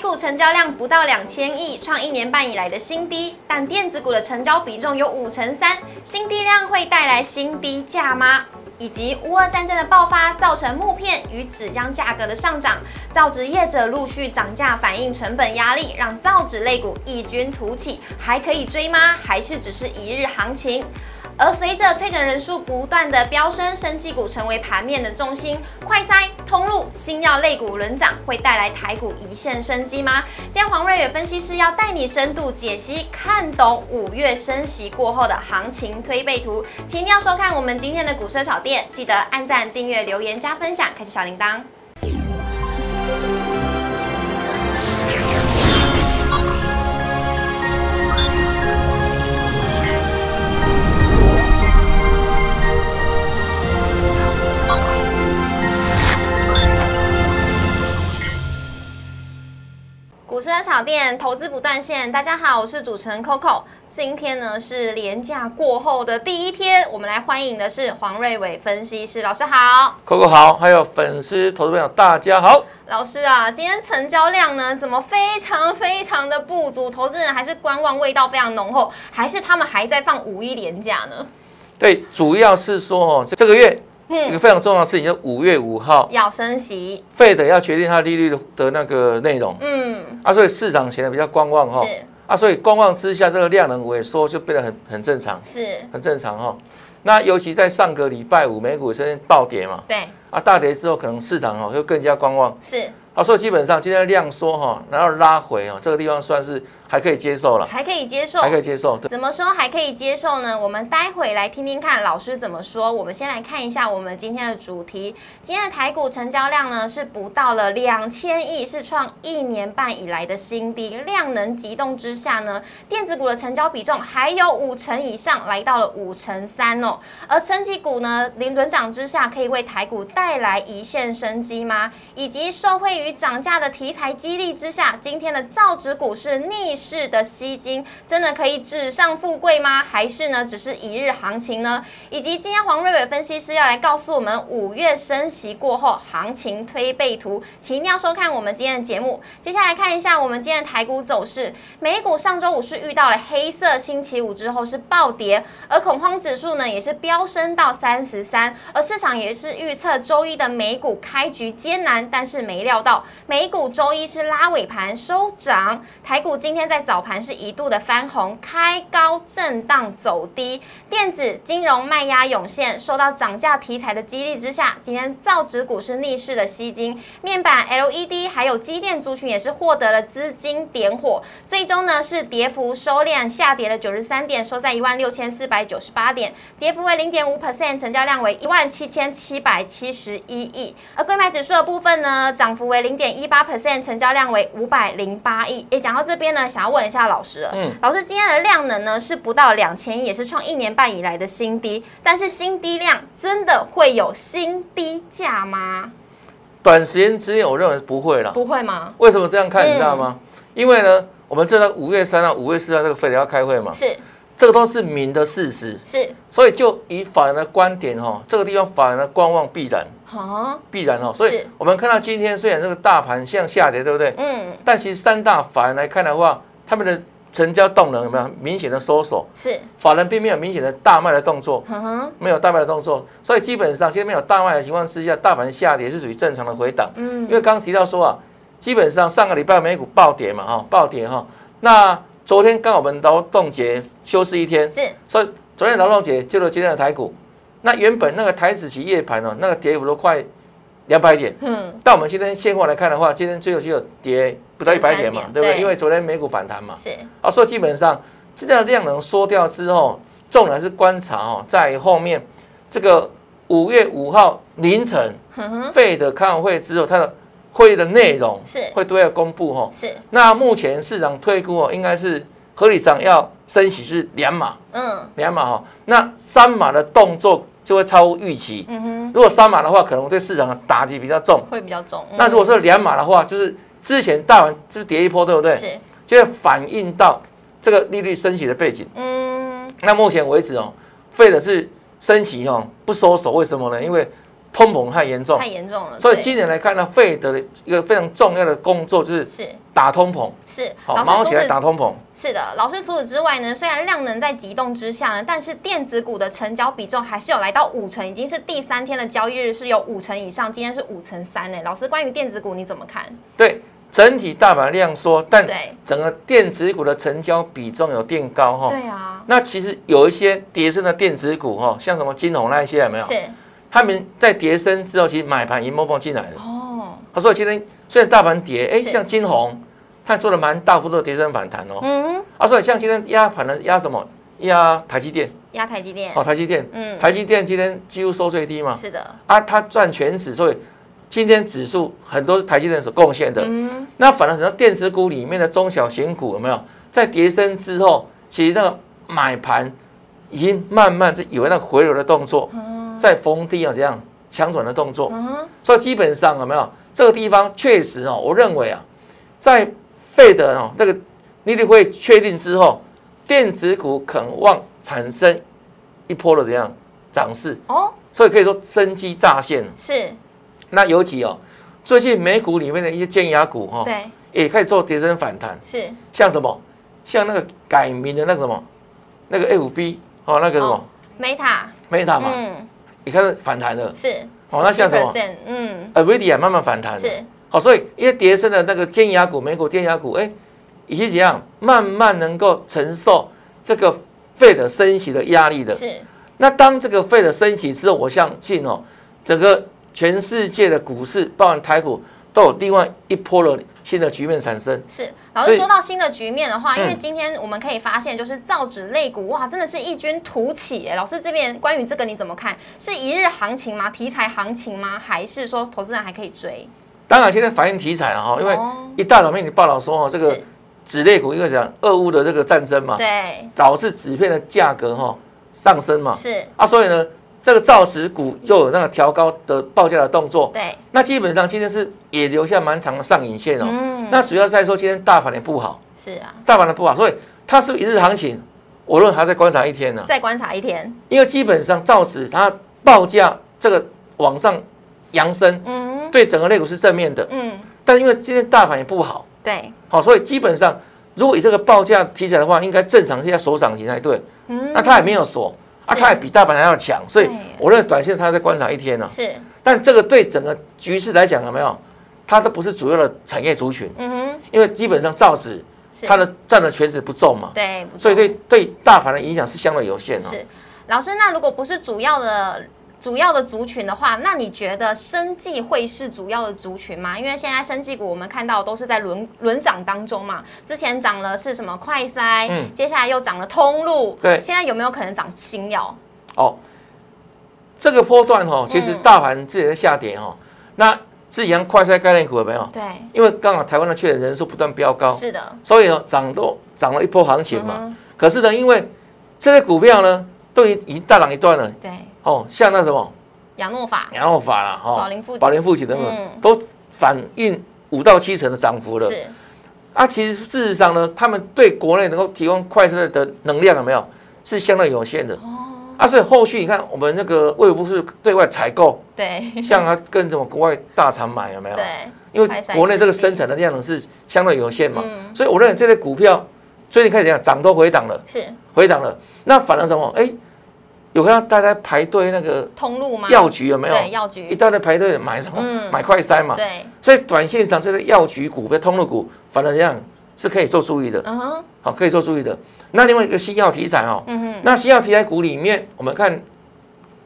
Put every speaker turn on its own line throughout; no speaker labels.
股成交量不到两千亿，创一年半以来的新低，但电子股的成交比重有五成三，新低量会带来新低价吗？以及乌俄战争的爆发造成木片与纸浆价格的上涨，造纸业者陆续涨价反映成本压力，让造纸类股异军突起，还可以追吗？还是只是一日行情？而随着确诊人数不断的飙升，生技股成为盘面的重心，快筛、通路、新药类股轮涨，会带来台股一线生机吗？今天黄瑞远分析师要带你深度解析，看懂五月升息过后的行情推背图，请一定要收看我们今天的股市炒店，记得按赞、订阅、留言、加分享，开启小铃铛。股市的炒店，投资不断线。大家好，我是主持人 Coco。今天呢是连假过后的第一天，我们来欢迎的是黄瑞伟分析师老师好。
Coco 好，还有粉丝、投资朋友，大家好。
老师啊，今天成交量呢怎么非常非常的不足？投资人还是观望味道非常浓厚，还是他们还在放五一连假呢？
对，主要是说哦，这这个月一个
嗯，
非常重要的事情，就五月五号，
要升息，
费的要决定它利率的的那个内容
嗯，
啊，所以市场显得比较观望哈、哦。
是
啊，所以观望之下，这个量能萎缩就变得很很正常，
是，
很正常哈、哦。那尤其在上个礼拜五，美股先暴跌嘛，
对，
啊，大跌之后，可能市场哦就更加观望
是，
啊，所以基本上今天的量缩哈、哦，然后拉回哦，这个地方算是还可以接受了，
还可以接受
还。可以接受。对。
怎么说还可以接受呢？我们待会来听听看老师怎么说。我们先来看一下我们今天的主题。今天的台股成交量呢是不到了两千亿，是创一年半以来的新低。量能急动之下呢，电子股的成交比重还有五成以上，来到了五成三哦。而升级股呢，零轮涨之下，可以为台股带来一线生机吗？以及受惠于涨价的题材激励之下，今天的造纸股是逆势的吸金，真的可以纸上富贵吗？还是呢，只是一日行情呢？以及今天黄瑞伟分析师要来告诉我们五月升息过后行情推背图，请一定要收看我们今天的节目。接下来看一下我们今天的台股走势，美股上周五是遇到了黑色星期五之后是暴跌，而恐慌指数呢也是飙升到三十三，而市场也是预测周一的美股开局艰难，但是没料到美股周一是拉尾盘收涨，台股今天在早盘是一度的翻红，开高震荡走低，电子、金融卖压涌现，受到涨价题材的激励之下，今天造纸股是逆势的吸金，面板、LED 还有机电族群也是获得了资金点火，最终呢是跌幅收敛，下跌了九十三点，收在一万六千四百九十八点，跌幅为零点五 percent，成交量为一万七千七百七十一亿。而贵买指数的部分呢，涨幅为零点一八 percent，成交量为五百零八亿。诶，讲到这边呢，想要问一下老师了，
嗯
老师今天的量能呢是不到两千亿，也是创一年半以来的新低，但是新低量真的会有新低价吗？
短时间之内，我认为不会了。
不会吗？
为什么这样看？你知道吗？因为呢，我们这个五月三号、五月四号这个非得要开会嘛，
是
这个都是明的事实，
是，
所以就以法人的观点哦，这个地方法人的观望必然
哦，
必然哦，所以
是
我们看到今天虽然这个大盘像下跌，对不对？
嗯，
但其实三大法人来看的话，他们的成交动能有没有明显的收缩？
是，
法人并没有明显的大卖的动作，
哼哼，
没有大卖的动作，所以基本上今天没有大卖的情况之下，大盘下跌是属于正常的回档。因
嗯，
为刚刚提到说啊，基本上上个礼拜美股暴跌嘛，哈，暴跌哈。那昨天刚好我们劳动节休市一天，
是
所以昨天劳动节就了今天的台股。那原本那个台子期夜盘哦，那个跌幅都快两百点。
嗯，
但我们今天现货来看的话，今天最后只有跌不到一百点嘛，
13点
对不对？
对
因为昨天美股反弹嘛，
是，
啊，所以基本上这样的量能缩掉之后，重点还是观察哦，在后面这个五月五号凌晨
哼嗯哼，
费的开完会之后，它的会议的内容
是
会对外公布哈、哦。
是，
那目前市场推估哦，应该是合理上要升息是两码，
嗯
两码哈。那三码的动作就会超乎预期。
嗯哼，
如果三码的话，可能对市场的打击比较重。
会比较重。嗯
那如果说两码的话，就是之前大盘就是跌一波，对不对？
是，
就会反映到这个利率升息的背景。
嗯，
那目前为止哦，费的是升息哦，不收手，为什么呢？因为通膨太严重
太，严重了。
所以
对
今年来看呢，费德的一个非常重要的工作就是
是
打通膨，
是，
好，
老
马上
师除
起来
此
打通膨。
是的，老师除此之外呢，虽然量能在急动之下呢，但是电子股的成交比重还是有来到五成，已经是第三天的交易日是有五成以上，今天是五成三呢。老师，关于电子股你怎么看？
对，整体大盘量缩，但
对
整个电子股的成交比重有垫高哈。
对啊，
那其实有一些跌升的电子股哈，像什么金红那一些有没有？
是
他们在跌升之后，其实买盘迎波波进来的。
哦，
啊所以今天虽然大盘跌，哎，
是
像金红，它做了蛮大幅度的跌升反弹哦。
嗯，
啊，所以像今天压盘的压什么？压台积电，
压台积电
哦，，台积电，
嗯，
台积电今天几乎收最低嘛，
是的，
啊，它赚全指，所以今天指数很多是台积电所贡献的。
嗯，
那反而很多电子股里面的中小型股有没有在跌升之后，其实那个买盘已经慢慢是有那个回流的动作，在逢低啊这样强转的动作。
嗯，
所以基本上有没有这个地方确实哦，我认为啊，在费德哦那个利率会确定之后，电子股肯望产生一波的怎样涨势，
哦，
所以可以说生机乍现。
是，
那尤其哦，最近美股里面的一些尖牙股哈、哦，
对，
也开始做跌升反弹，
是，
像什么，像那个改名的那个什么，那个 FB 哦，那个什么、
Meta，
Meta 嘛，
嗯，
也开始反弹了。
是，
哦，那像什么
7%嗯，
NVIDIA 慢慢反弹了。
是，
好，所以因为跌升的那个尖牙股，美股尖牙股，哎，已经怎样慢慢能够承受这个费的升息的压力的。
是，
那当这个费的升息之后，我相信哦，整个全世界的股市，包含台股，都有另外一波的新的局面产生。
是，老
所
师
以
说到新的局面的话，因为
嗯
今天我们可以发现，就是造纸类股哇，真的是异军突起耶。老师这边关于这个你怎么看？是一日行情吗？题材行情吗？还是说投资人还可以追？
当然，现在反映题材了哈，因为
哦
一大早面你报道说哦，这个啊
是
纸类股因为讲俄乌的这个战争嘛，
对，
导致纸片的价格哈、上升嘛，
是，
啊，所以呢，这个造纸股又有那个调高的报价的动作。
对，
那基本上今天是也留下蛮长的上影线哦。
嗯，
那主要在说今天大盘也不好，
是啊，
大盘的不好，所以它是不是一日行情，我认为还要再观察一天呢、
再观察一天，
因为基本上造纸它报价这个往上扬升，
嗯
对整个类股是正面的。
嗯，
但因为今天大盘也不好，
对，
好，所以基本上如果以这个报价题材的话，应该正常是要锁涨停才对。
嗯，
那它也没有锁，啊，
是
它也比大盘还要强，所以
对
我认为短线它在观察一天呢、啊
是，
但这个对整个局势来讲，有没有？它都不是主要的产业族群，
嗯哼，
因为基本上造纸
是
它的占的权值不重嘛，
对，不
所以
错
对对大盘的影响是相对有限哦。
是，老师，那如果不是主要的主要的族群的话，那你觉得生技会是主要的族群吗？因为现在生技股我们看到都是在轮轮涨当中嘛，之前涨了是什么快筛，
嗯
接下来又涨了通路，
对
现在有没有可能涨新药？
哦，这个波段哈、哦，其实
嗯
大盘自己在下跌哈、哦，那自己像快筛概念股有没有？
对，
因为刚好台湾的确诊人数不断飙高，
是的，
所以呢哦涨都涨了一波行情嘛。
嗯哼
可是呢，因为这些股票呢都已已经大涨一段了
对，
哦，像那什么
亚诺法
然后法啦，
宝
哈、
林富锦
哦宝林富锦等等
嗯，
都反映五到七成的涨幅了。
是
啊，其实事实上呢，他们对国内能够提供快速的能量有没有，是相当有限的。
哦，
啊，所以后续你看，我们那个卫不是对外采购，
对
像他跟什么国外大厂买有没有？
嗯对，
因为国内这个生产的量能是相对有限嘛，
嗯，
所以我认为这类股票最近开始讲涨都回档了，
是
回档了。那反而什么？哎，有看到大家排队那个
通路吗？
药局有没有？
对药
一
局，
大堆排队买什么？
嗯
买快筛嘛。
对，
所以短线上这个药局股、跟通路股，反而这样是可以做注意的，
嗯哼，
好，可以做注意的。那另外一个新药题材哦，
嗯哼，
那新药题材股里面，我们看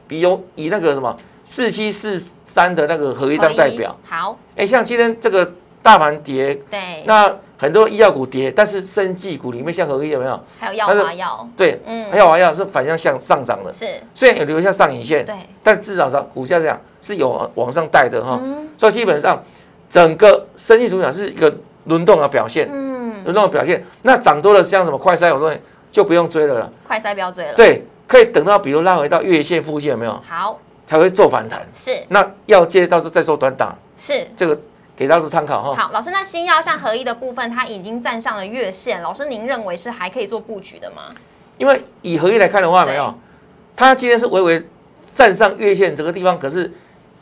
比有以那个什么四七四三的那个合一当代表，
好，
哎，像今天这个大盘跌，
对，
那很多医药股跌，但是生技股里面像合一有没有？
还有药
它是
华药，
对，
嗯，
还有华药是反向向上涨的，
是，
虽然有留下上影线，
对，
但至少上股价这样是有往上带的哈、
嗯
所以基本上整个生意主场是一个轮动的表现，
嗯，
轮动的表现。那涨多了像什么快筛，我说就不用追了了。
快塞标追了。，
对，可以等到比如拉回到月线附近有没有，
好，
才会做反弹。
是
那要接到时候再做短打，
是。
这个给大家做参考哈。
好，老师，那新药像合一的部分，它已经站上了月线，老师您认为是还可以做布局的吗？
因为以合约来看的话，
对
没有，它今天是微微站上月线这个地方，可是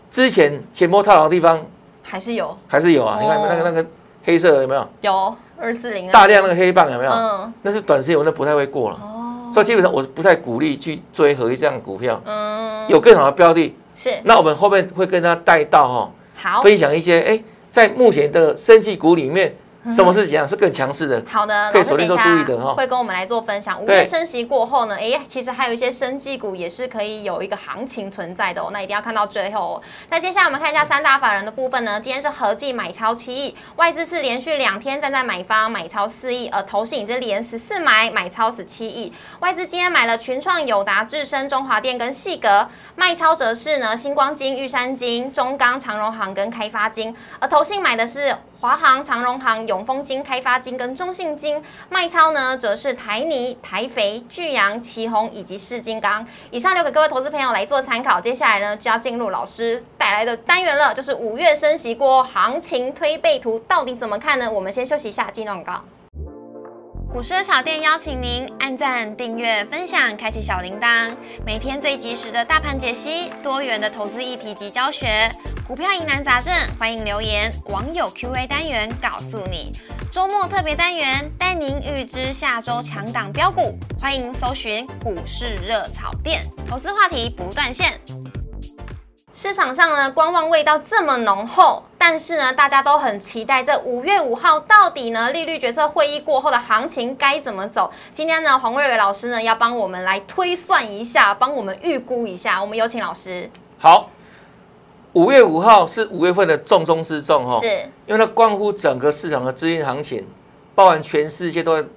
之前前波套牢的地方
还是有
还是有啊，你看
哦
那个那个黑色的有没有？
有二四零
大量那个啊黑棒有没有？
嗯
那是短时间我那不太会过了，
哦
所以基本上我不太鼓励去追合一这样的股票，
嗯
有更好的标的。
是
那我们后面会跟大家带到哈、
好
分享一些哎，在目前的升绩股里面，
嗯
什么是怎样是更强势的？
好的，
可以
老师
锁定
等一
都注意
下
的哈
会跟我们来做分享。五
对
月升息过后呢，哎，其实还有一些生技股也是可以有一个行情存在的哦，那一定要看到最后哦。那接下来我们看一下三大法人的部分呢，今天是合计买超七亿，外资是连续两天站在买方买超四亿，而投信已经连十四买买超十七亿，外资今天买了群创、友达、智深、中华电跟细格，卖超则是呢星光金、玉山金、中钢、长荣行跟开发金，而投信买的是华航、长荣行、永丰金、开发金跟中信金，卖超呢则是台泥、台肥、巨阳、旗宏以及世金刚。以上留给各位投资朋友来做参考。接下来呢就要进入老师带来的单元了，就是五月升息过后行情推背图到底怎么看呢？我们先休息一下，进入广告。股市的小店邀请您按赞、订阅、分享、开启小铃铛，每天最及时的大盘解析、多元的投资议题及教学、股票疑难杂症，欢迎留言。网友 Q&A 单元告诉你，周末特别单元带您预知下周强档标股，欢迎搜寻股市热炒店，投资话题不断线。市场上呢，观望味道这么浓厚，但是呢，大家都很期待这五月五号到底呢，利率决策会议过后的行情该怎么走？今天呢，黄瑞伟老师呢要帮我们来推算一下，帮我们预估一下。我们有请老师，
好，五月五号是五月份的重中之重哈、
是
因为它关乎整个市场的资金行情，包含全世界都在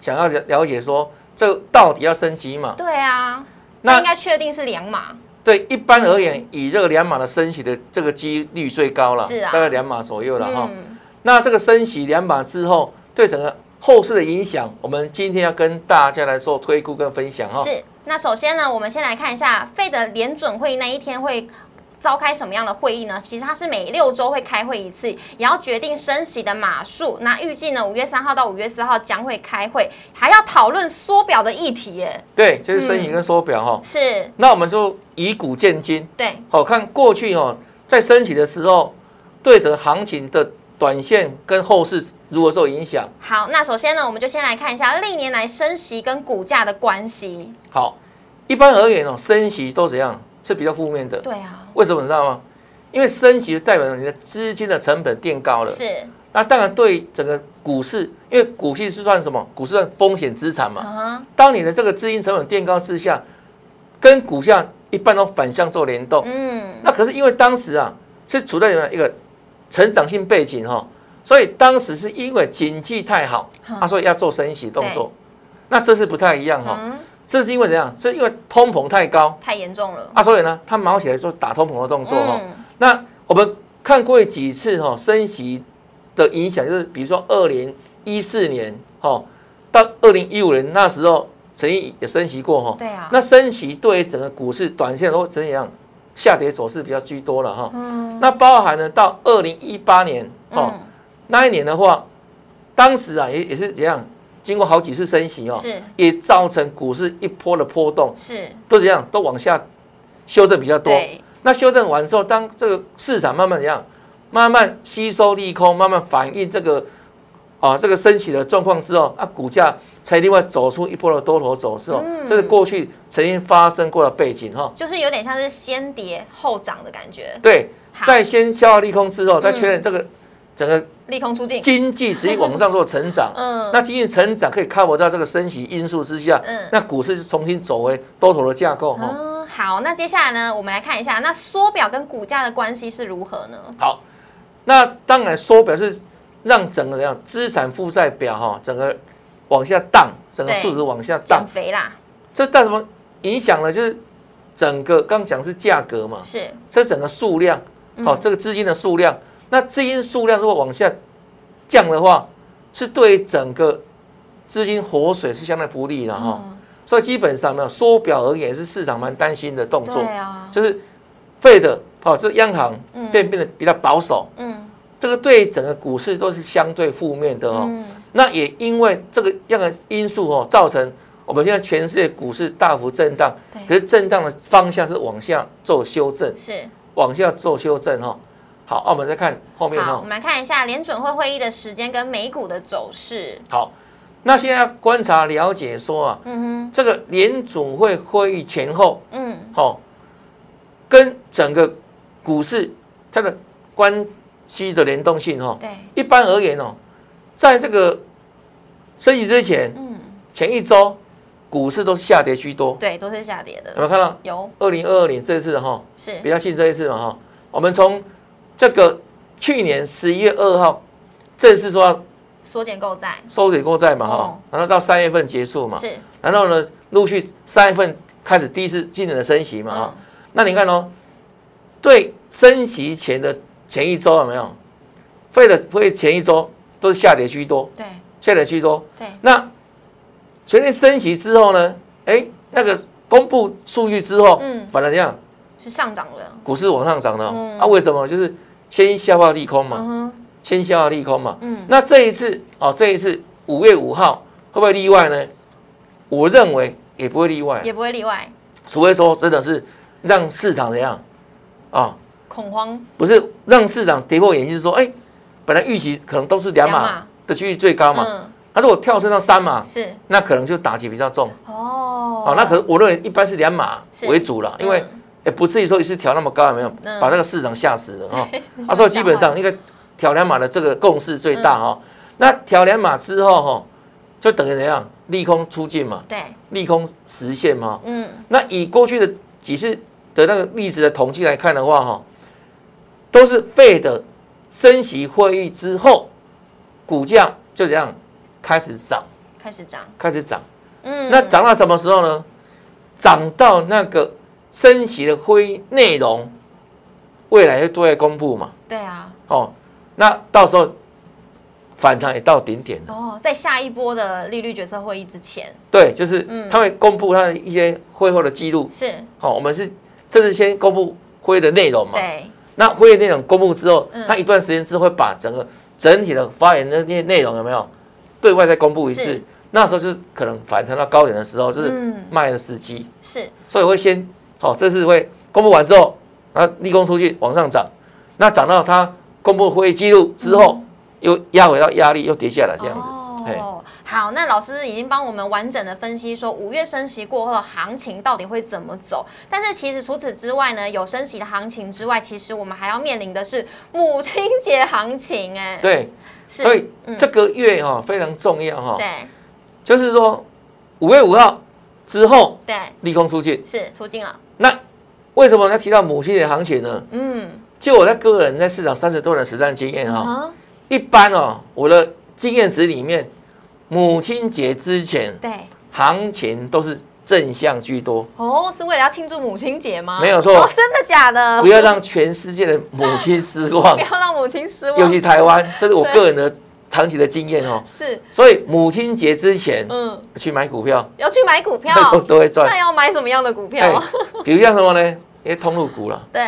想要了了解说这到底要升级嘛？
对啊，那应
那
该确定是两码，
对一般而言，以这个两码的升息的这个几率最高了，
是啊
大概两码左右了哈。
嗯，
那这个升息两码之后，对整个后市的影响，我们今天要跟大家来做推估跟分享哈。
是。那首先呢，我们先来看一下费的联准会那一天会。召开什么样的会议呢？其实它是每六周会开会一次，也要决定升息的码数。那预计呢，五月三号到五月四号将会开会，还要讨论缩表的议题耶。
对，就是升息跟缩表
嗯
哈。
是，
那我们就以古见今，
对，
好看过去哦，在升息的时候，对整个行情的短线跟后市如何受影响。
好。那首先呢，我们就先来看一下历年来升息跟股价的关系。
好，一般而言哦，升息都怎样是比较负面的？
对啊，
为什么你知道吗？因为升息代表你的资金的成本变高了，
是
那当然对整个股市，因为股市是算什么？股市算风险资产嘛。
啊，
当你的这个资金成本垫高之下，跟股价一般都反向做联动。
嗯，
那可是因为当时啊是处在一个成长性背景哈、所以当时是因为经济太好，他说要做升息动作，那这是不太一样哈、
嗯，
这是因为怎样？是因为通膨太高
太严重了。
啊，所以呢，他毛起来做打通膨的动作哈、
嗯
那我们看过几次哈、升息的影响，就是比如说二零一四年哦，到二零一五年那时候，曾经也升息过哈、
对啊，
那升息对整个股市短线都怎样下跌走势比较居多了哈、
嗯，
那包含呢，到二零一八年哦，
嗯
那一年的话，当时啊也也是怎样，经过好几次升息哦，
是
也造成股市一波的波动，
是，
都怎样都往下修正比较多。
对，
那修正完之后，当这个市场慢慢怎样，慢慢吸收利空，慢慢反映这个啊这个升息的状况之后，啊股价才另外走出一波的多头走势哦，
嗯
这是过去曾经发生过的背景哈、
就是有点像是先跌后涨的感觉，
对，
好嗯
在先消化利空之后，再确认这个整个
利空出尽。，
经济持续往上做成长
嗯，
那经济成长可以 cover 到这个升息因素之下
嗯，
那股市就重新走回多头的架构哈、
嗯，好，那接下来呢，我们来看一下，那缩表跟股价的关系是如何呢？
好，那当然缩表是让整个样资产负债表哈、整个往下荡，整个
对
数值往下荡
减，肥啦，
这带什么影响呢？就是整个刚讲是价格嘛，
是，
这整个数量，
嗯
好、这个资金的数量，那资金数量如果往下降的话，是对整个资金活水是相当不利的哈、
嗯
所以基本上呢，缩表而言是市场蛮担心的动作
对，嗯啊，
就是费的，好、这央行变变得比较保守，
嗯
这个对整个股市都是相对负面的哦。
嗯，
那也因为这个样的因素哦，造成我们现在全世界股市大幅震荡
对，
可是震荡的方向是往下做修正。
是，
往下做修正哈、好，啊我们再看后面哦哈、
好，我们来看一下联准会会议的时间跟美股的走势。
好，那现在观察了解说啊，
嗯
这个联总会会议前后
哼，，嗯，
哦，跟整个股市它的关系的联动性哈、哦，
对，
一般而言哦，在这个升息之前
嗯，
前一周，股市都是下跌居多，
对，都是下跌
有
的
没，有看到？
有
二零二二年这次哈、哦，
是
比，较近这一次嘛哈、我们从这个去年十一月二号正式说要
缩减购债，
收水购债嘛哈、
哦
然后到三月份结束嘛，
是，
然后呢陆续三月份开始第一次今年的升息嘛哈、
嗯，
那你看哦，对升息前的前一周有没有？费的费前一周都是下跌居多，
对
下跌居多。
对，
那随着升息之后呢，哎，那个公布数据之后，
嗯
反而这样
是上涨了，
股市往上涨的哦、
嗯
啊？为什么？就是先消化利空嘛，
嗯哼，
先消化利空嘛。
嗯，
那这一次哦，这一次五月五号会不会例外呢？我认为也不会例外，
也不会例外，
除非说真的是让市场怎样啊？
恐慌
不是让市场跌破眼镜，说哎，本来预期可能都是两码，的区域最高啊嘛，
嗯，
它如果跳升到三码，
是，
那可能就打击比较重。
哦，
哦，那可能我认为一般是两码
是
为主了，因为
嗯
也不至于说一次调那么高，有没有
嗯
把那个市场吓死了哦。
吓嗯
啊，所以基本上
坏
一个调两码的这个共识最大哦。那调两码之后哦，就等于怎样利空出尽嘛，
对，
利空实现嘛。
嗯，
那以过去的几次的那个例子的统计来看的话，哈，都是费的升息会议之后，股价就怎样开始涨，
开始涨，
开始涨。
嗯，
那涨到什么时候呢？涨到那个升息的会议内容，未来会对外公布嘛？
对啊，
哦，那到时候反弹也到顶点了。
哦，在下一波的利率决策会议之前，
对，就是
嗯
他会公布他的一些会后的记录。
是
好、哦，我们是这是先公布会议的内容嘛？
对，
那会议内容公布之后
嗯，
他一段时间之后会把整个整体的发言的内内容有没有对外再公布一次
是？
那时候就是可能反弹到高点的时候，就是
嗯，
卖的时机，
是，
所以会先好、这次会公布完之后，那利空出去往上涨，那涨到它公布会议记录之后，又压回到压力，又跌下来这样子。嘿
嗯哦，好，那老师已经帮我们完整的分析说五月升息过后行情到底会怎么走。但是其实除此之外呢，有升息的行情之外，其实我们还要面临的是母亲节行情、哎，，
对，
是，
所以
嗯
这个月哈、非常重要哈、
对
就是说五月五号之后
对
利空出去，
是出境了，
那为什么要提到母亲节行情呢？
嗯，
就我在个人在市场三十多年实战经验哈、
啊，
一般哦，我的经验值里面，母亲节之前
对，
行情都是正向居多，
哦，是为了要庆祝母亲节吗？
没有错
哦，真的假的？
不要让全世界的母亲失 望
不，要让母亲失望，
尤其台湾，这是我
对
个人的长期的经验哦。
是，
所以母亲节之前
嗯，
去买股票，
要去买股 票，
都都会赚
那。要买什么样的股
哎
票？，
比如像什么呢？一些通路股啦，
对，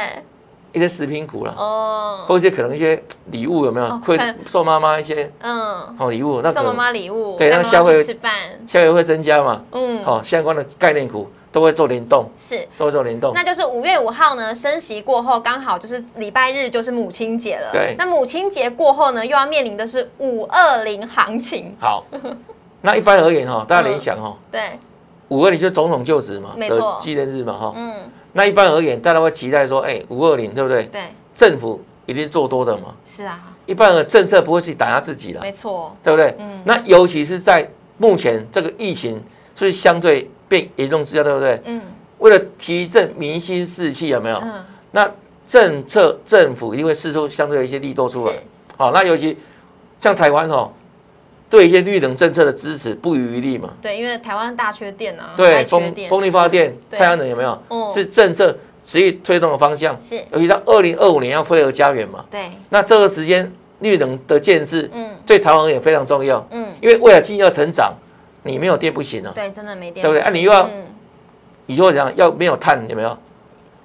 一些食品股啦，
哦，
或者一些可能一些礼物有没有
哦？
会
可能
送妈妈一些
嗯。
好礼物，那可
送妈
能
妈礼物，
对
带
让
妈
消
妈
费
去吃饭，
消费会增加嘛。
嗯，
好、相关的概念股都会做联动，
是。
都会做联动
那。就是五月五号呢，升息过后，刚好就是礼拜日就是母亲节了。
对
那母亲节过后呢，又要面临的是五二零行情。
好，那一般而言哈、哦大家联想哈、
对，
五二零就是总统就职嘛
嗯没错
的纪念日嘛哦哈、
嗯，
那一般而言，大家会期待说，哎，五二零对不对？
对，
政府一定做多的嘛，
是啊，
一般的政策不会去打压自己的，
没错，
对不对？
嗯
那尤其是在目前这个疫情是相对变严重之下，对不对？
嗯
为了提振民心士气，有没有？
嗯，
那政策政府一定会释出相对的一些力度出来
是。
好、那尤其像台湾哦，对一些绿能政策的支持不遗余力嘛。
对，因为台湾大缺电啊，
对，
大缺
风
电
风力发电、
对
太阳能有没有？
嗯
是政策持续推动的方向。
是，
尤其到二零二五年要飞蛾家园嘛，
对，
那这个时间绿能的建制
嗯
对台湾也非常重要，
嗯，
因为未来经济要成长，你没有电不行啊，
对，真的没电，
对不对？啊，你又要
嗯，
以后讲要没有碳有没有？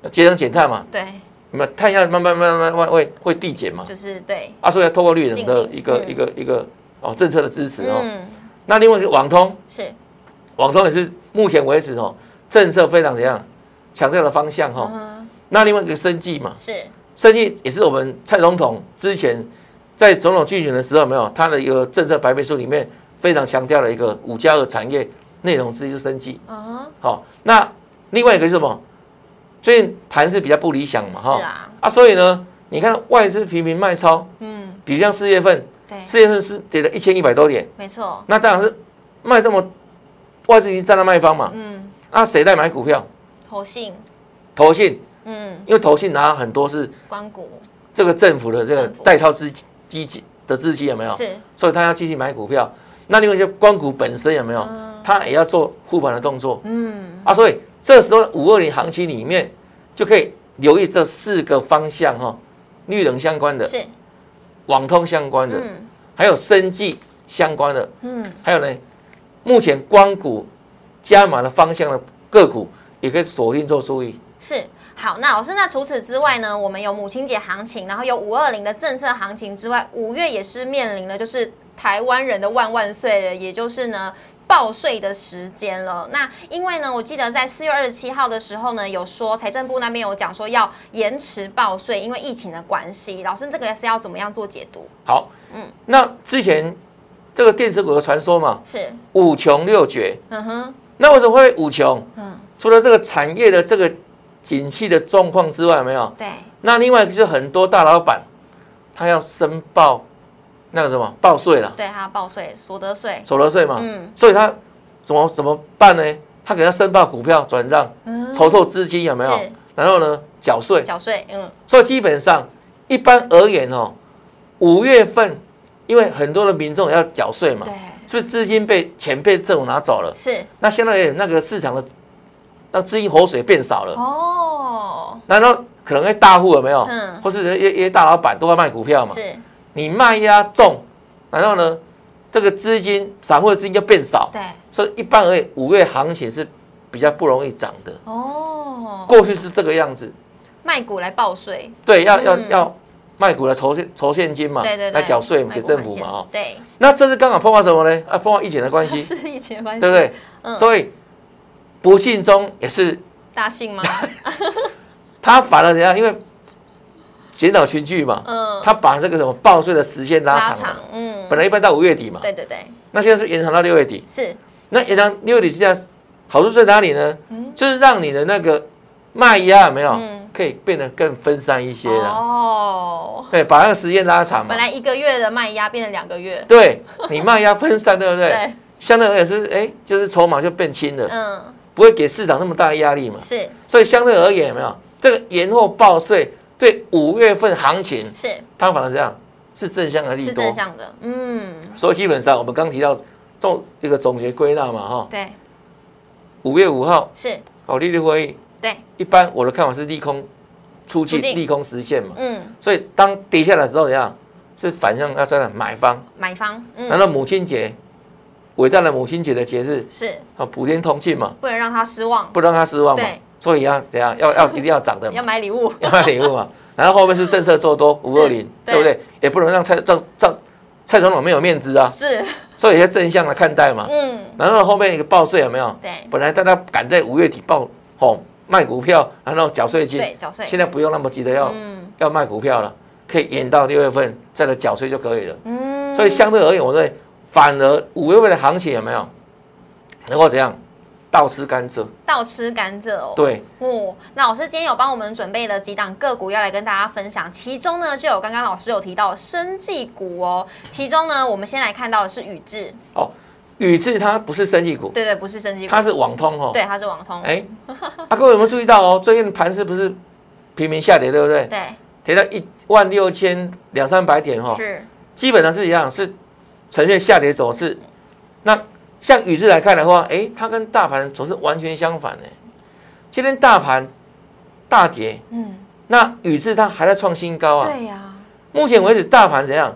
要节能减碳嘛，
对，
你们碳要慢慢慢慢慢慢会会递减嘛，
就是对，
啊，所以要透过绿能的
净零
一个
嗯
一个一个哦政策的支持哦。
嗯，
那另外一个网通，
是，
网通也是目前为止哦政策非常怎样强调的方向哈、哦。
嗯，
那另外一个生计嘛，
是
生计也是我们蔡总统之前在总统竞选的时候，有没有他的一个政策白皮书里面非常强调的一个五加二产业内容之一就是生计。
啊，
好、那另外一个是什么？最近盘是比较不理想嘛，哈、
是啊，
啊，所以呢，你看外资频频卖超，
嗯，
比如像四月份，
对，
四月份是跌了一千一百多点，
没错，
那当然是卖这么，外资已经站在卖方嘛，
嗯，
那谁在买股票？
投信，
投信，
嗯，
因为投信拿很多是
关谷
这个政府的这个
政府
代操资基金的资金有没有？
是，
所以他要继续买股票。那另外一些光谷本身有没有？他也要做护盘的动作
嗯，
啊，所以这时候五二零行情里面就可以留意这四个方向哈、哦，绿能相关的、
是，
网通相关的，
嗯
还有生技相关的，
嗯，
还有呢，目前光谷加码的方向的个股也可以锁定做注意。
是。好，那老师，那除此之外呢，我们有母亲节行情，然后有五二零的政策行情之外，五月也是面临了就是台湾人的万万岁了，也就是呢。报税的时间了，那因为呢，我记得在四月二十七号的时候呢，有说财政部那边有讲说要延迟报税，因为疫情的关系。老师，这个是要怎么样做解读？
好，
嗯
那之前这个电子股的传说嘛，
是，
五穷六绝，
嗯哼，
那为什么会五穷？
嗯，
除了这个产业的这个景气的状况之外，有没有？
对，
那另外就是很多大老板他要申报那个什么报税了，
对，还有报税、所得税，
所得税嘛，
嗯
所以他怎么怎么办呢？他给他申报股票转让、
嗯，
筹措资金有没有
是？
然后呢，缴税。
缴税，嗯，
所以基本上一般而言哦，五月份因为很多的民众要缴税嘛，
对，
是不是资金被钱被政府拿走了？
是，
那相当于那个市场的那资金活水变少了，
哦，
难道可能那大户有没有？
嗯
或是一些一些大老板都在卖股票嘛？
是，
你卖压重，然后呢，这个资金散户的资金就变少，
对，
所以一般而言，五月行情是比较不容易涨的。
哦，
过去是这个样子，
卖股来报税，
对，要要
嗯
要卖股来筹现筹现金嘛，
对对对，
啊来缴税
卖
给
股
政府
还
嘛，
钱
哦，
对，
那这次刚好碰到什么呢？啊，碰到疫情的关 系，
是疫情的关系，
对不？对？
嗯
所以不幸中也是
大幸 吗？
他反而怎样？因为减少群聚嘛，
嗯，
他把这个什么报税的时间拉
拉
长
长
了，，
嗯，
本来一般到五月底嘛，
对对对，
那现在是延长到六月底。
是，
那延长六月底之下，好处在哪里呢？就是让你的那个卖压有没有
嗯
可以变得更分散一些了？
哦，
对，把那个时间拉长嘛
本。来一个月的卖压变成两个月，
对你卖压分散，对不对？
对，
相对而言是哎，就是筹码就变轻了，
嗯，
不会给市场那么大压力嘛。
是
所以相对而言，有没有这个延后报税对五月份行情，
是
它反而这样是正向的利
是
多
正。向的，嗯，
所以基本上我们刚提到总一个总结归纳嘛，哈，
对，
五月五号
是，
哦，利率会议，
对，
一般我的看法是利空出尽
出，尽
利空实现嘛。
嗯，
所以当跌下来的时候，怎样是反向要站在买方。
买方，
难
嗯，
道母亲节，伟大的母亲节的节日
是
啊，普天同庆嘛，
不能让他失望，
不让她失望嘛
对，
所以要怎样，要要一定要涨的嘛
要。买礼物，
要买礼物嘛。然后后面是政策做多五二零，
对
对不对？也不能让蔡让让蔡总统没有面子啊，
是，
所以要正向的看待嘛。
嗯，
然后后面一个报税有没有？
对
本来大家赶在五月底报哦卖股票，然后缴税金，
对，缴税，
现在不用那么急的要
嗯
要卖股票了，可以延到六月份再来缴税就可以了。
嗯，
所以相对而言，我认为反而五月份的行情有没有能够怎样倒吃甘蔗？
倒吃甘蔗哦。
对，
哦，那老师今天有帮我们准备了几档个股要来跟大家分享，其中呢就有刚刚老师有提到生技股哦，其中呢我们先来看到的是宇智，
宇智它不是生技股，
对对，不是生技股
它，是网通哦。
对，它是网通，
哎，啊，各位有没有注意到哦？最近盘势不是频频下跌，对不对？
对，
跌到一万六千两三百点哦，
是，
基本上是一样，是呈现下跌走势。那像宇智来看的话，哎，它跟大盘走势完全相反呢。今天大盘大跌，
嗯，
那宇智它还在创新高啊。
对呀，
目前为止，大盘怎样？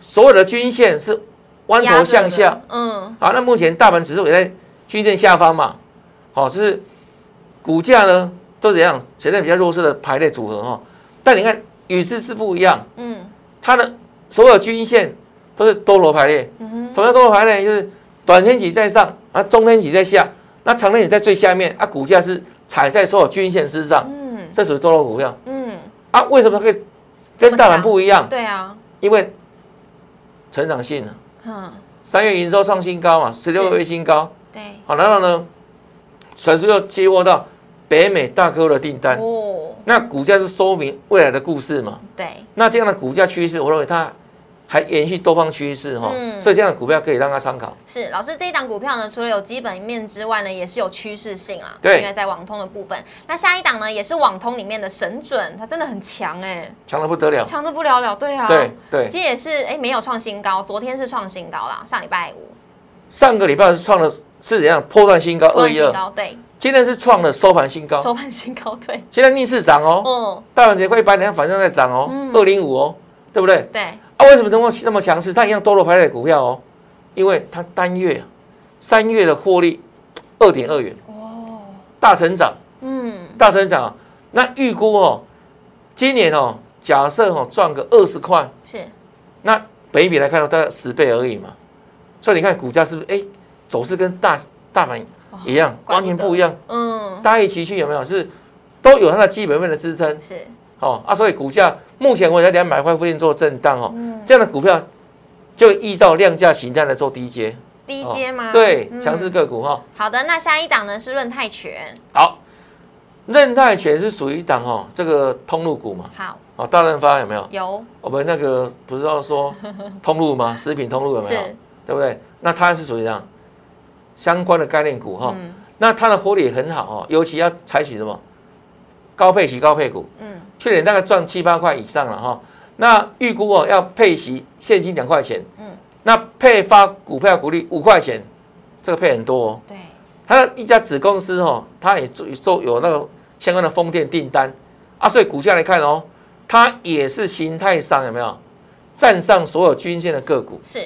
所有的均线是弯
压
头
着
向
的
下，，
嗯，
好，那目前大盘指数也在均线下方嘛，好、就是股价呢都怎样显在比较弱势的排列组合哦。但你看与之是不一样，
嗯
它的所有均线都是多头排列。
嗯哼，
什么叫多头排列？就是短天期在上，啊中天期在下，那长天期在最下面，啊股价是踩在所有均线之上。
嗯，嗯
这属于多头股票
嗯，
啊。为什么它可以跟大盘不一样？
对啊，
因为成长性啊，
嗯，
三月营收创新高嘛，十六个月新高。
对，
好，然后呢，传出又接获到北美大客户的订单，
哦，
那股价是说明未来的故事嘛。
对，
那这样的股价趋势，我认为它还延续多方趋势哈，
嗯
所以这样的股票可以让它参考。
是老师这一档股票呢，除了有基本面之外呢，也是有趋势性啦。
对
因为在网通的部分，那下一档呢也是网通里面的神准，它真的很强哎、
强的不得了。
强的不了了。对啊，
对对，
其实也是哎、没有创新高，昨天是创新高啦，上礼拜五
上个礼拜是创了是怎样破断新高
创
呃二一
新
二，
高，对，
今天是创了收盘新高，
收盘新高，对，
现在逆势涨哦，
嗯，
大盘跌快一百点，反正在涨哦，二零五哦，对不对？
嗯对，
啊，为什么能够那么强势？它一样多头排列股票哦，因为它单月啊三月的获利二点二元，
哦，
大成长，
嗯，
大成长啊。那预估哦，今年哦，假设哦赚个二十块，
是，
那北比来看到哦大概十倍而已嘛，所以你看股价是不是哎走势跟大大盘一样，
怪
完
哦不
全
得
不一样，
嗯，
大一崎去有没有？是都有它的基本面的支撑
是，
哦啊，所以股价目前我在两百块附近做震荡哦，
嗯，
这样的股票就依照量价形态来做低阶，
低阶吗？
哦对
嗯
强势个股哈、
好的，那下一档呢是润泰拳，
好，任泰全是属于一档哦，这个通路股嘛，
好，
哦大润发有没有？
有
我们那个哦不是 要说通路吗？食品通路有没有？
是，
对不对？那它是属于这样相关的概念股哈、
嗯
那它的获利也很好哦，尤其要采取什么高配息高配股，
嗯，
去年大概赚七八块以上了哈、那预估哦要配息现金两块钱，
嗯
嗯，那配发股票股利五块钱，这个配很多哦。
对，
它的一家子公司哦，它也做做有那个相关的风电订单啊，所以股价来看哦，它也是形态上有没有站上所有均线的个股
是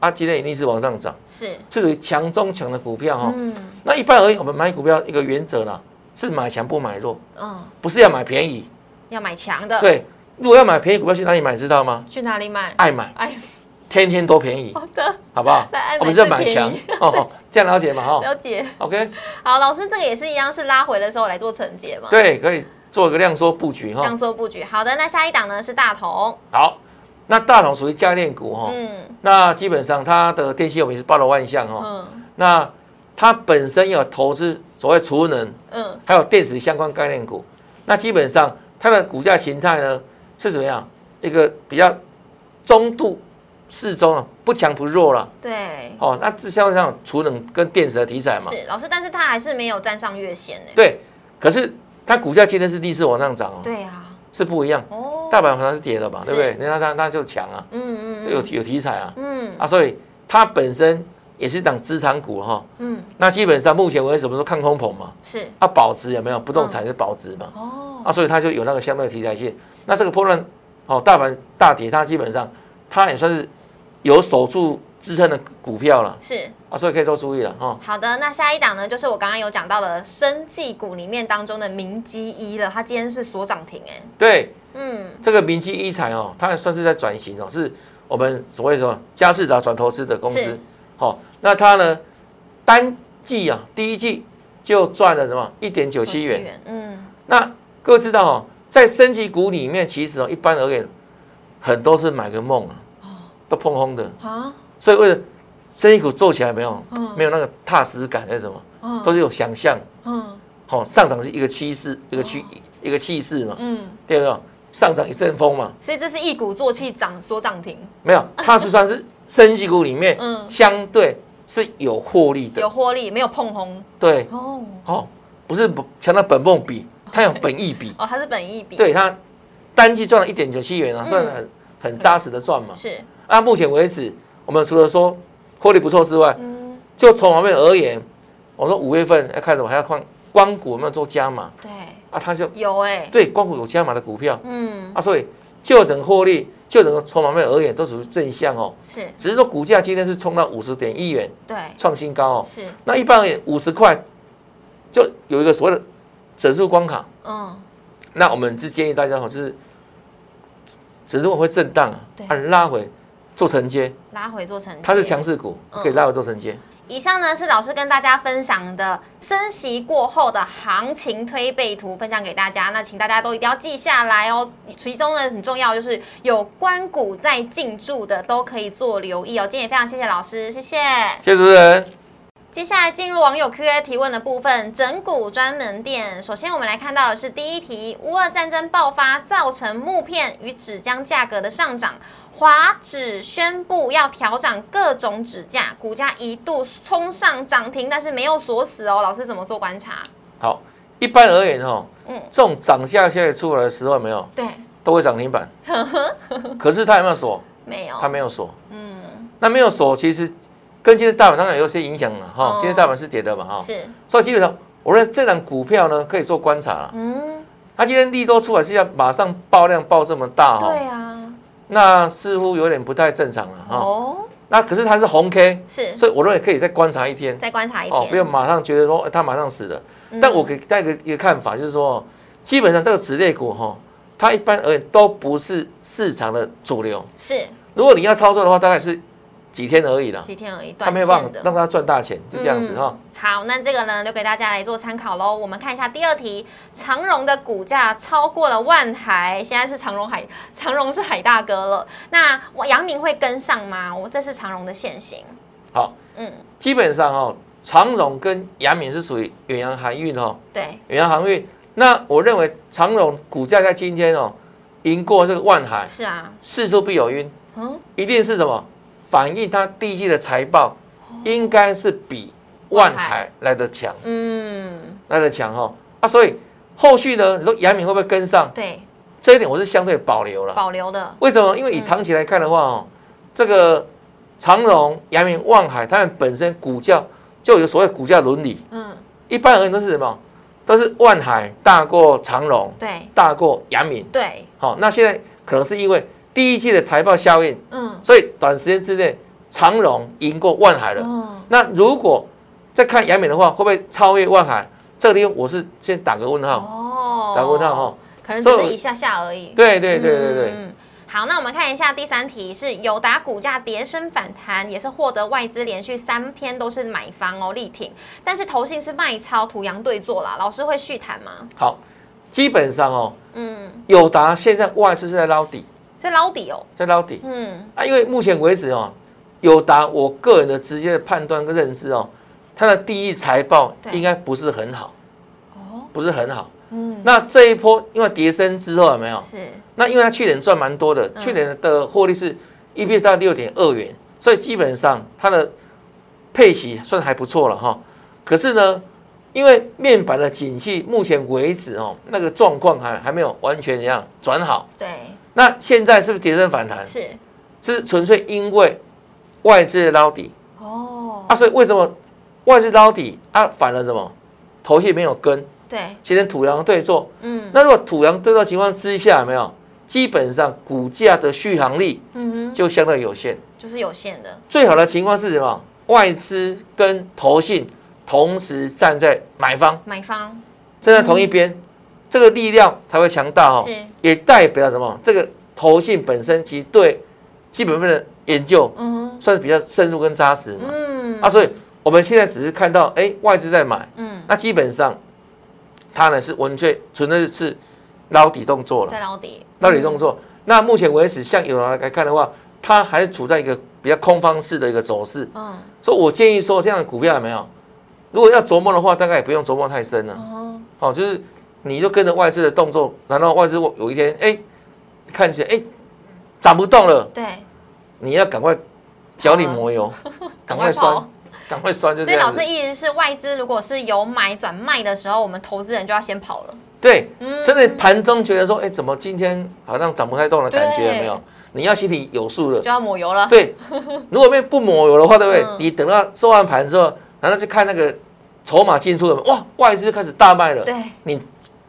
啊，今天一定是往上涨，
是，
这属于强中强的股票哦。
嗯
那一般而言，我们买股票一个原则啦，是买强不买弱，
嗯，
不是要买便宜。
要买强的，，
对，如果要买便宜股票，去哪里买知道吗？
去哪里买？
爱买，
哎，
天天都便宜，
好的，
好不好
那爱？
我
买
们是
最
买
便
强
宜，
哦，这样了解 嘛？哈
了解。
，OK，
好，老师这个也是一样，是拉回的时候来做承接嘛？，
对，可以做一个量缩布局哦哈
量。缩布局。好的，那下一档呢是大同，
好，那大同属于家电股哈，
嗯
那基本上它的电器用品是包罗万象哈。
嗯
那它本身有投资所谓储能，
嗯，
还有电子相关概念股。那基本上它的股价形态呢是怎么样？一个比较中度适中啊，不强不弱了。
对，
哦，那这像像储能跟电子的题材嘛，
是老师，但是他还是没有站上月线呢。
对。可是它股价今天是逆势往上涨哦，
对啊，
是不一样。
哦，
大盘好像是跌了吧，对不对？
是
人家它它就强啊，
嗯
有有题材啊
嗯
啊，所以它本身也是一档资产股哈、
嗯，
那基本上目前为止，我们说看空棚嘛，
是
啊，保值有没有？不动产是保值嘛，
哦，
啊，所以它就有那个相对的题材性。那这个波段哦，大盘大跌，它基本上它也算是有守住支撑的股票了
是
啊，所以可以多注意了哈。
好的。那下一档呢，就是我刚刚有讲到的生技股里面当中的明基一了，它今天是所涨停哎，
对，
嗯，
这个明基一财哦，它也算是在转型哦，是我们所谓说嘉士达转投资的公
是
司。好、那它呢单季啊，第一季就赚了什么一点九七元。
元，嗯，
那各位知道哦，在升级股里面，其实哦，一般而言，很多是买个梦啊，
哦
都碰空的。
啊，
所以为了升级股做起来没有
嗯，
没有那个踏实感还是什么，
嗯
都是有想象。
嗯
好、上涨是一个趋势，一个
哦
趋一个气势嘛，
嗯，
对不对？上涨一阵风嘛，
所以这是一鼓作气涨所涨停，
没有，它是算是升级股里面
嗯，
相对是有获利的
有，获利，没有碰红
对，
哦
哦，不是不强调本梦比，它有本益比，
哦，它是本益比，，
对它单季赚了一点九七元啊，
嗯
算很很扎实的赚嘛。
是，
那目前为止，我们除了说获利不错之外，
嗯，
就从旁边而言，我说五月份要开始我还要看光谷有没有做加码
对，
啊，它就
有哎，
对光谷有加码的股票
嗯，
啊，所以就整个获利，就整个从旁边而言都属于正向哦。
是
只是说股价今天是冲到五十点一元，
对，
创新高哦。
是，
那一般而言，五十块就有一个所谓的整数关卡，
嗯，
那我们是建议大家哦，就是指数会震荡啊
对，
啊拉回做承接，
拉回做成，
它是强，势股，
嗯
可以拉回做承接。
以上呢是老师跟大家分享的升息过后的行情推背图，分享给大家。那请大家都一定要记下来哦。其中呢很重要就是有关股在进驻的都可以做留意哦。今天也非常谢谢老师，谢谢。
谢谢主持人。
接下来进入网友 Q&A 提问的部分，整股专门店。首先我们来看到的是第一题：乌俄战争爆发造成木片与纸浆价格的上涨，华纸宣布要调涨各种纸价，股价一度冲上涨停，但是没有锁死哦。老师怎么做观察？
好，一般而言哦，
嗯
这种涨价下来出来的时候有没有，
对，
都会涨 停板。可是它有没有锁？
没有，
它没有锁。嗯，那没有锁，其实跟今天大盘当然有些影响了哈
哦。
今天大盘是跌的嘛哈，
是，
所以基本上我认为这档股票呢可以做观察啦。
嗯，
它今天利多出来是要马上爆量爆这么大哈，
对啊，
那似乎有点不太正常了哈。
哦，
那可是它是红 K，
是，嗯
所以我认为可以再观察一天。
再观察一
哦，不要
天。
马上觉得说呃它马上死了。
嗯
但我给大家一个一个看法，就是说，基本上这个子类股哈、它一般而言都不是市场的主流。
嗯是
如果你要操作的话，大概是几天而已啦，
几天而已，
它
短
没有办法
线的。嗯
让它赚大钱，就这样子哈、
好，那这个呢，留给大家来做参考喽。我们看一下第二题，长荣的股价超过了万海，现在是长荣海，长荣是海大哥了。那我杨明会跟上吗？我这是长荣的现行。
好，
嗯，
基本上哈、哦，长荣跟阳明是属于远洋航运哦，
对，
远洋航运。那我认为长荣股价在今天哦，赢过这个万海，
是啊，
事出必有因，
嗯，
一定是什么反映它第一季的财报，应该是比万海来的强，
嗯，
来的强哈。啊，所以后续呢，你说杨敏会不会跟上？
对，
这一点我是相对保留了。
保留的，
为什么？因为以长期来看的话，哦，这个长荣、阳明、万海，他们本身股价就有所谓股价伦理，
嗯，
一般而言都是什么？都是万海大过长荣，
对，
大过阳明。
对，
好，那现在可能是因为第一季的财报效应，
嗯，
所以短时间之内长荣赢过万海了。
嗯，
那如果再看阳明的话，会不会超越万海？这个地方我是先打个问号，
哦嗯
打个问号哈。
可能只
所以
是
我
一下下而已。
对对对对对，
嗯。好，那我们看一下第三题是友达股价跌升反弹，也是获得外资连续三天都是买方哦力挺，但是投信是卖超土洋对坐啦，老师会续谈吗？
好，基本上哦，
嗯，
友达现在外资是在捞底，
在捞底哦，
在捞底
嗯，
啊，因为目前为止哦，友达我个人的直接的判断跟认知哦，它的第一财报
对
应该不是很好，
哦，
不是很好。
嗯，
那这一波因为跌升之后有没有？
是
那因为它去年赚蛮多的，
嗯
去年的获利是 E EPS 到六点二元，所以基本上它的配息算还不错了哈。可是呢，因为面板的景气目前为止哦，那个状况还还没有完全一样转好。
对，
那现在是不是跌升反弹？
是
是纯粹因为外资的捞底
哦，
啊，所以为什么外资捞底啊，反而什么头绪没有跟，
对，
形成土洋对坐。
嗯
那如果土洋对坐情况之下，有没有基本上股价的续航力
嗯哼，
就相对有限。
就是有限的，
最好的情况是什么？外资跟投信同时站在买方，
买方
站在同一边，这个力量才会强大哦。
嗯是
也代表什么？这个投信本身其实对基本面的研究
嗯哼
算是比较深入跟扎实嘛。
嗯
啊，所以我们现在只是看到，哎，外资在买，
嗯，
那基本上它呢是纯粹纯粹是捞底动作了。
在捞底，
那你动作。那目前为止，像有人来看的话，它还是处在一个比较空方式的一个走势，
嗯，
所以我建议说，这样的股票有没有？如果要琢磨的话，大概也不用琢磨太深了。
哦，
好、就是你就跟着外资的动作，难道外资有一天哎、看起来哎、涨不动了，
对，
你要赶快脚底 抹油，赶快
跑
酸，赶快酸，就
所
这
以
样
老
子
师。意思是，外资如果是有买转卖的时候，我们投资人就要先跑了。
对，
嗯
甚至盘中觉得说，哎、怎么今天好像涨不太动的感觉有没有
对？
你要心里有数了。
就要抹油了。
对，如果被不抹油的话，对不对？
嗯
你等到收完盘之后，然后去看那个筹码进出了没，哇，外资开始大卖了，
对
你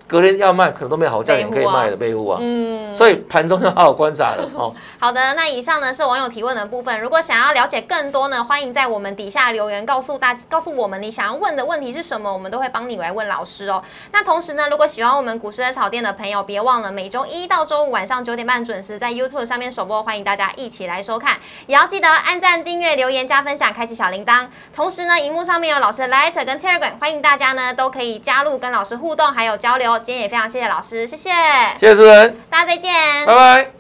隔天要卖可能都没有好价钱可以卖的备货
嗯
啊。所以盘中要好好观察了哦。
好的，那以上呢是网友提问的部分。如果想要了解更多呢，欢迎在我们底下留言告诉大告诉我们你想要问的问题是什么，我们都会帮你来问老师哦。那同时呢，如果喜欢我们股市的炒店的朋友，别忘了每周一到周五晚上九点半准时在 YouTube 上面首播，欢迎大家一起来收看。也要记得按赞、订阅、留言、加分享、开启小铃铛。同时呢，荧幕上面有老师的 Light 跟 Telegram，欢迎大家呢都可以加入跟老师互动还有交流。今天也非常谢谢老师，谢谢，
谢谢主持人，
大家再见，
拜拜。